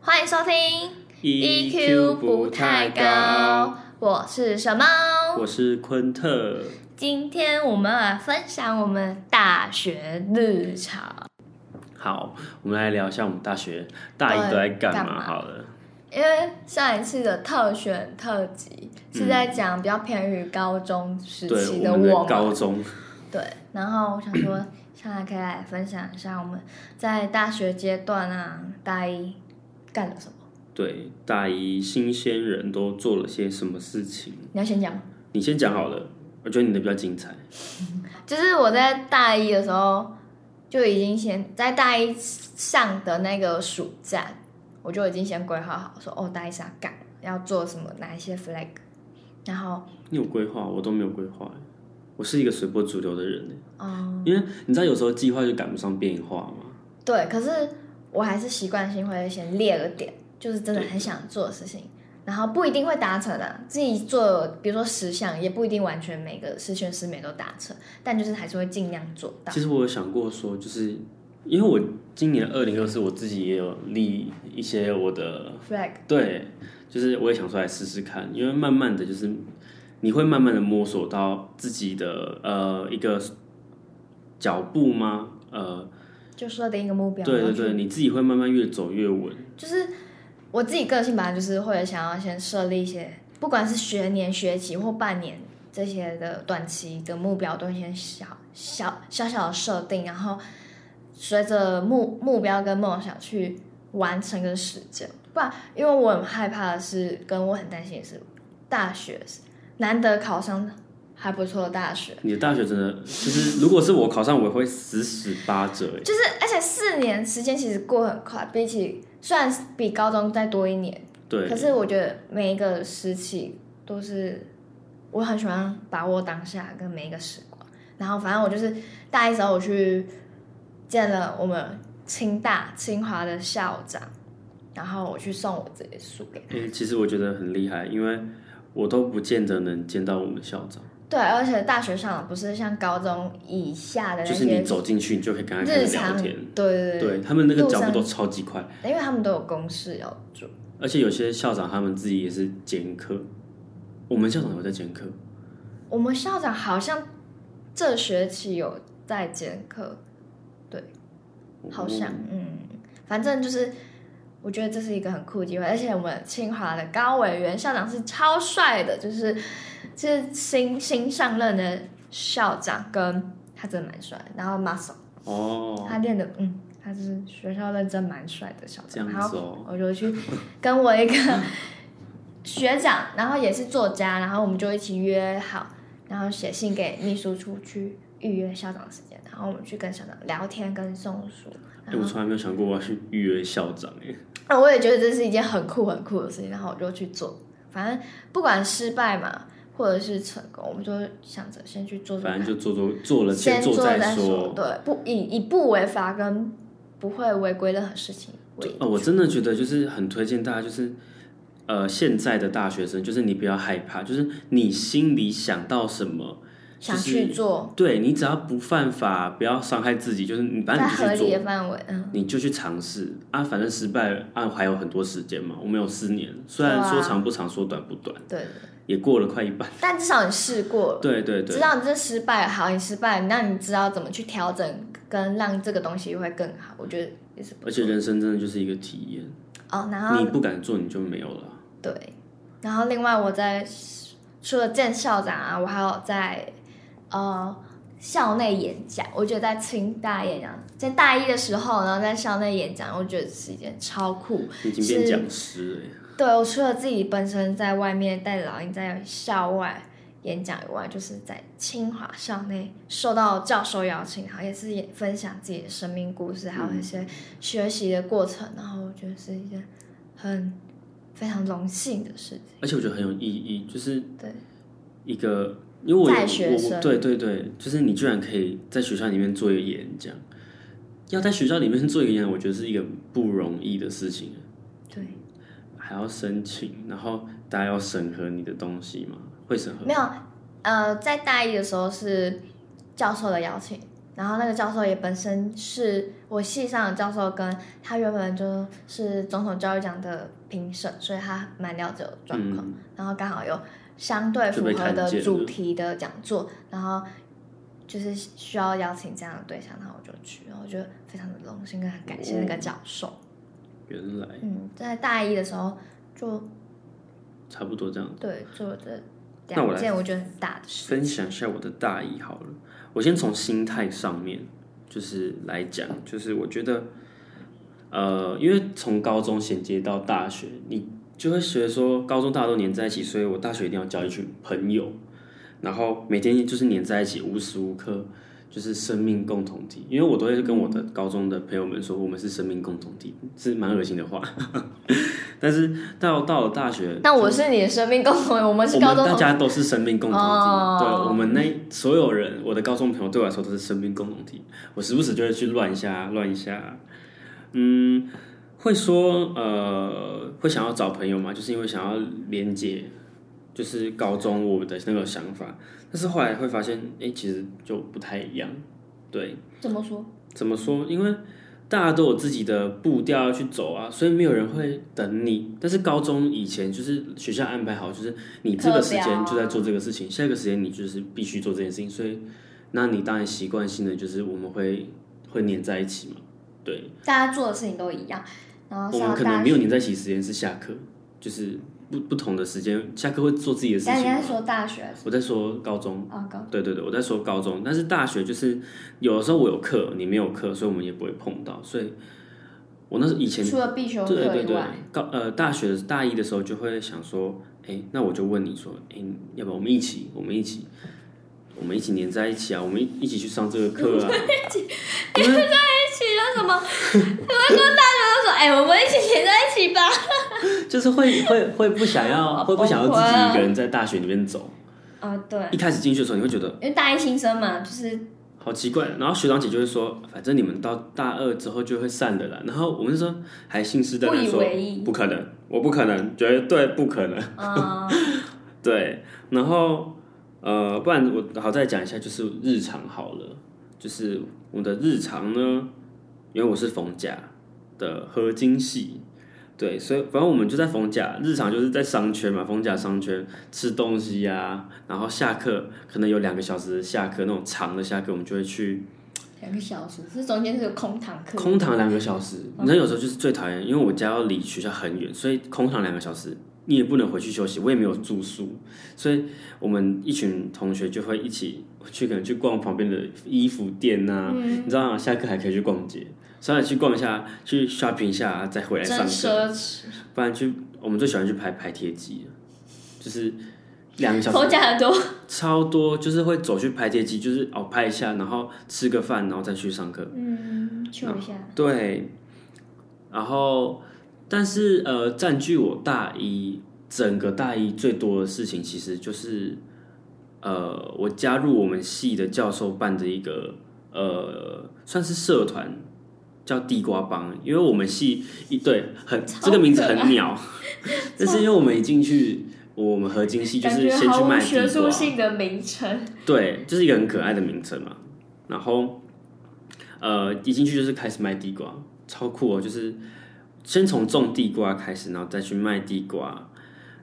欢迎收听 E EQ E 不太高，我是小猫。我是昆特。今天我们来分享我们大学日常，好，我们来聊一下我们大学大一都在干嘛好了。因为上一次的特选特辑是在讲比较偏于高中时对，期我们我的们，高中，对，然后我想说，现在可以来分享一下我们在大学阶段啊，大一干了什么？对大一新鲜人都做了些什么事情？你要先讲吗？你先讲好了，我觉得你的比较精彩。就是我在大一的时候就已经先在大一上的那个暑假，我就已经先规划好说，哦，大一是要干要做什么，哪一些 flag，然后你有规划，我都没有规划。欸我是一个随波逐流的人，嗯，因为你知道有时候计划就赶不上变化嘛。对，可是我还是习惯性会先列个点，就是真的很想做的事情。然后不一定会达成啊，自己做，比如说十项，也不一定完全每个十全十美都达成，但就是还是会尽量做到。其实我有想过说，就是因为我今年二零二四，我自己也有立一些我的 flag，对，就是我也想出来试试看，因为慢慢的就是你会慢慢的摸索到自己的呃一个脚步吗？呃，就设定一个目标，对然后对对，你自己会慢慢越走越稳。就是我自己个性本来就是会想要先设立一些，不管是学年、学期或半年这些的短期的目标，都会先小小小小的设定，然后随着目目标跟梦想去完成跟实践。不然，因为我很害怕的是，跟我很担心的是，大学难得考上还不错的大学，你的大学真的就是，如果是我考上，我也会死死八折欸。就是而且四年时间其实过得很快，比起虽然比高中再多一年。对可，是我觉得每一个时期都是，我很喜欢把握当下跟每一个时光。然后反正我就是大一时候我去见了我们清大清华的校长，然后我去送我自己的书给他。诶、其实我觉得很厉害，因为我都不见得能见到我们校长，对，而且大学上不是像高中以下啊的那就是你些走进去，你就可以跟他开日始聊常，对天。对对他们那个路脚步上都超级快，因为他们都有公事要做。而且有些校长他们自己也是兼课，我们校长有在兼课，我们校长好像这学期有在兼课，好像，嗯，反正就是，我觉得这是一个很酷的机会，而且我们清华的高委员校长是超帅的，就是就是新新上任的校长，跟他真的蛮帅的，然后 muscle 哦，他练的，嗯，他是学校认真蛮帅的校这长，样然后子哦，我就去跟我一个学长，然后也是作家，然后我们就一起约好，然后写信给秘书处去预约校长时间，然后我们去跟校长聊天跟送书，哎、我从来没有想过我要去预约校长、哎，啊，我也觉得这是一件很酷很酷的事情，然后我就去做。反正不管失败嘛，或者是成功，我们就想着先去做做欸反看，正就做做做了先做再再说。对，不以以不违法跟不会违规任何事情为。哦，我真的觉得就是很推荐大家，就是呃现在的大学生，就是你不要害怕，就是你心里想到什么，想去做，对你只要不犯法，不要伤害自己，就是你反在正你就合去理做，的范围，嗯，你就去尝试啊，反正失败啊还有很多时间嘛，我们有四年，虽对然啊说长不长，说短不短，对。也过了快一半。但至少你试过了，对对对知道你这失败了好，你失败了，那你知道怎么去调整，跟让这个东西会更好。我觉得也是不而错且人生真的就是一个体验，哦。然后你不敢做你就没有了。对，然后另外我在除了见校长啊，我还有在呃校内演讲，我觉得在清大演讲，在大一的时候，然后在校内演讲，我觉得是一件超酷。你已经变讲师了耶，对我除了自己本身在外面带老鹰在校外演讲以外，就是在清华校内受到教授邀请，然后也是也分享自己的生命故事，还有一些学习的过程，然后我觉得是一件很非常荣幸的事情。而且我觉得很有意义，就是对一个，因为我有在学我生我对对对，就是你居然可以在学校里面做一个演讲，要在学校里面 做一个演讲，我觉得是一个不容易的事情，对，还要申请，然后大家要审核你的东西嘛，会审核没有，呃，在大一的时候是教授的邀请，然后那个教授也本身是我系上的教授，跟他原本就是总统教育奖的评审，所以他蛮了解我的状况。嗯，然后刚好有相对符就被合看的见主了题的讲座，然后就是需要邀请这样的对象，然后我就去，然后我觉得非常的荣幸，跟很感谢那个教授。哦原来嗯，在大一的时候就差不多这样。对做这那我两来件我觉得很大的事，分享一下我的大意好了。我先从心态上面就是来讲，就是我觉得，呃，因为从高中衔接到大学，你就会觉得说，高中大家都黏在一起，所以我大学一定要交一群朋友，然后每天就是黏在一起，无时无刻就是生命共同体。因为我都会跟我的高中的朋友们说，我们是生命共同体，是蛮恶心的话。 但是到到了大学，但我是你的生命共同，我我们是高中大同家都是生命共同体。哦对，我们那所有人，我的高中朋友对我来说都是生命共同体。我时不时就会去乱一下，乱一下。嗯，会说呃，会想要找朋友嘛，就是因为想要连接，就是高中我的那个想法。但是后来会发现，哎、其实就不太一样。对，怎么说？怎么说？因为大家都有自己的步调要去走啊，所以没有人会等你。但是高中以前就是学校安排好，就是你这个时课表啊间就在做这个事情，下一个时间你就是必须做这件事情，所以那你当然习惯性的就是我们会会黏在一起嘛。对，大家做的事情都一样，然后我们上可大能没有学，黏在一起，时间是下课，就是不不同的时间下课会做自己的事但情你在嘛。说大学我在说高中。啊，高对对对，我在说高中，但是大学就是有的时候我有课，你没有课，所以我们也不会碰到。所以，我那时候以前除了必修课对对以对外，，高呃大学大一的时候就会想说，哎，那我就问你说，哎，要不要我们一起，我们一起，我们一起黏在一起啊，我们一一起去上这个课 啊，一起那什么， 我说大学都说，哎，我们一起黏在一起吧。就是会会会不想好要，会不想要自崩溃啊己一个人在大学里面走。啊， 对，一开始进去的时候，你会觉得因为大一新生嘛，就是好奇怪。然后学长姐就会说，反正你们到大二之后就会散的啦。然后我们那时候还信誓旦不旦以说为意，不可能，我不可能，绝对不可能。啊， 对，然后呃，不然我好再讲一下，就是日常好了，就是我的日常呢，因为我是逢甲的合金系。对，所以反正我们就在逢甲，日常就是在商圈嘛，逢甲商圈吃东西呀、然后下课可能有两个小时的下课，那种长的下课，我们就会去两个小时，这中间是有空堂课，空堂两个小时，你知道有时候就是最讨厌，因为我家要离学校很远，所以空堂两个小时，你也不能回去休息，我也没有住宿，所以我们一群同学就会一起去，可能去逛旁边的衣服店呐、你知道吗？下课还可以去逛街，稍微去逛一下，去 shopping 一下，啊再回来上真课，奢侈。不然去我们最喜欢去排排贴机，啊就是两个小时头奖很多，超多，就是会走去排贴机，就是哦拍一下，然后吃个饭，然后再去上课。啊嗯，去一下，对，啊然后但是呃，占据我大一整个大一最多的事情，其实就是呃，我加入我们系的教授办的一个呃，算是社团。叫地瓜帮，因为我们系一对很超这个名字可爱 很鸟，但是因为我们一进去，我们核心系就感是觉先去毫无卖学地术瓜，性的名称， 对，就是一个很可爱的名称嘛。然后，呃，一进去就是开始卖地瓜，超酷哦！就是先从种地瓜开始，然后再去卖地瓜，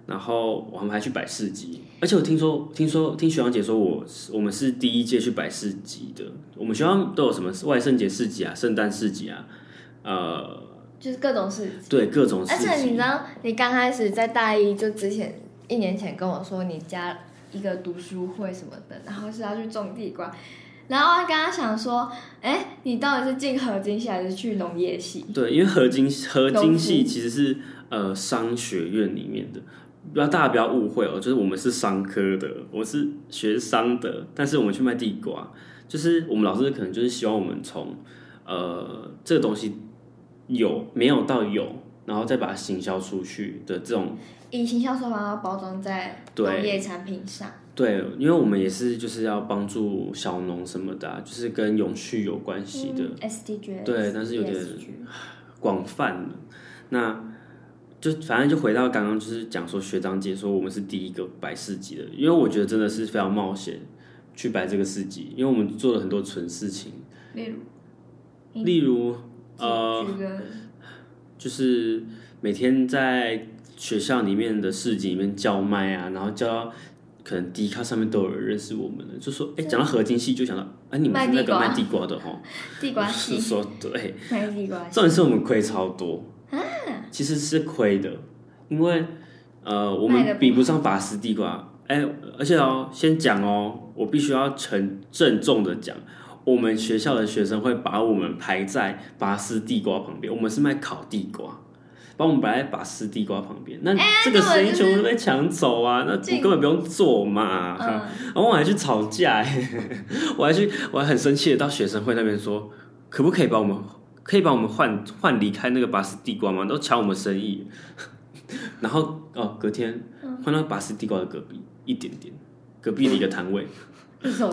然后我们还去摆市集。而且我听说，听说听学长姐说我，是我们是第一届去摆市集的。我们学校都有什么万圣节市集啊、圣诞市集啊，呃，就是各种事。对，各种市而且你集知。道，你刚开始在大一就之前一年前跟我说你加一个读书会什么的，然后是要去种地瓜，然后我刚刚想说，哎，你到底是进合金系还是去农业系？对，因为合金合金农系夫其实是呃商学院里面的，不要大家不要误会哦，就是我们是商科的，我是学商的，但是我们去卖地瓜，就是我们老师可能就是希望我们从呃这个东西有没有到有，然后再把它行销出去的这种以行销手法要包装在对农业产品上，对，因为我们也是就是要帮助小农什么的啊、就是跟永续有关系的。嗯 SDG 对但是有，E 点 ESG 广泛了。那就反正就回到刚刚，就是讲说学长姐说我们是第一个摆市集的，因为我觉得真的是非常冒险去摆这个市集，因为我们做了很多蠢事情，例如，嗯例如呃，举举个就是每天在学校里面的市集里面叫卖啊，然后叫到可能迪卡上面都有人认识我们的，就说哎，讲、到合金系就想到啊，你们是那个卖卖地瓜的哈，地我瓜 是系， 说对，卖地瓜系，啊重点是我们亏超多，其实是亏的，因为呃，我卖得不们好比不上拔丝地瓜。哎、而且哦，先讲哦，我必须要沉郑重的讲，我们学校的学生会把我们排在拔丝地瓜旁边，我们是卖烤地瓜，把我们摆在拔丝地瓜旁边，那这哎那个我生意就是全部都被抢走啊，那我这个根本不用做嘛。嗯，然后我还去吵架、 欸，我还去，我还很生气的到学生会那边说，可不可以把我们可以把我们换换离开那个拔丝地瓜吗？都抢我们生意。 然后哦，隔天嗯换到拔丝地瓜的隔壁一点点，隔壁的一个摊位，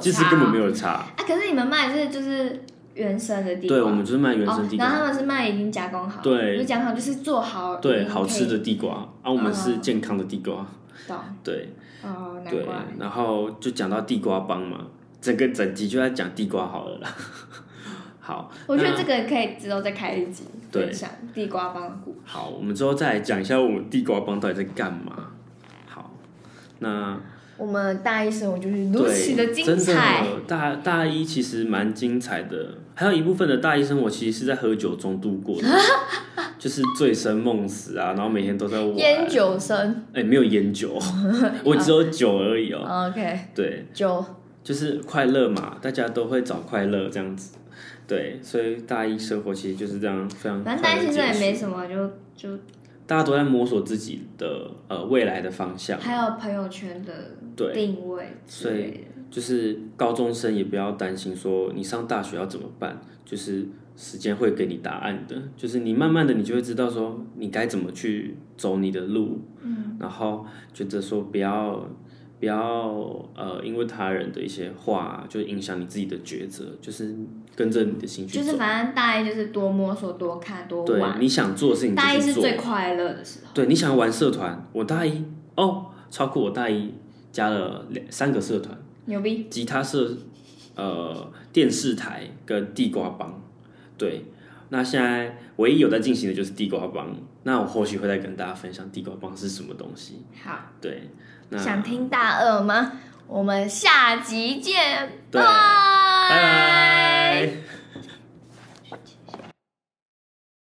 其实根本没有有差。啊。可是你们卖的是就是原生的地瓜，对，我们就是卖原生地哦，然后他瓜，们是卖已经加工好，对就讲好就是做好，对，好吃的，的地瓜，啊，我们是嗯健康的地瓜，懂对。哦，难对怪，然后就讲到地瓜帮嘛，整个整集就在讲地瓜好了啦。 好，我觉得那这个可以之后再开一集对分享地瓜帮的故事。好，我们之后再来讲一下我们地瓜帮到底在干嘛。好，那我们大一生活就是如对，此的精真彩，的大大一其实蛮精彩的，还有一部分的大一生活其实是在喝酒中度 过的，就是醉生梦死啊，然后每天都在玩烟，酒生哎、没有烟酒，我只有酒而已哦、 ，OK，对，酒就是快乐嘛，大家都会找快乐这样子。对，所以大一生活其实就是这样，非常反正大快家乐其实结也束没什么，就就大家都在摸索自己的呃未来的方向。还有朋友圈的对定位之类的，就是高中生也不要担心说你上大学要怎么办，就是时间会给你答案的，就是你慢慢的你就会知道说你该怎么去走你的路，嗯，然后觉得说不要不要呃因为他人的一些话就影响你自己的抉择，就是跟着你的心去就走，是反正大一就是多摸索、多看、多对玩。你想做的事情大一就是去做，最快乐的时候，对你想玩社团，我大一哦超酷，我大一加了两三个社团。牛逼！吉他社、呃电视台跟地瓜帮，对。那现在唯一有在进行的就是地瓜帮，那我或许会再跟大家分享地瓜帮是什么东西。好，对，那想听大二吗？我们下集见，对拜拜拜。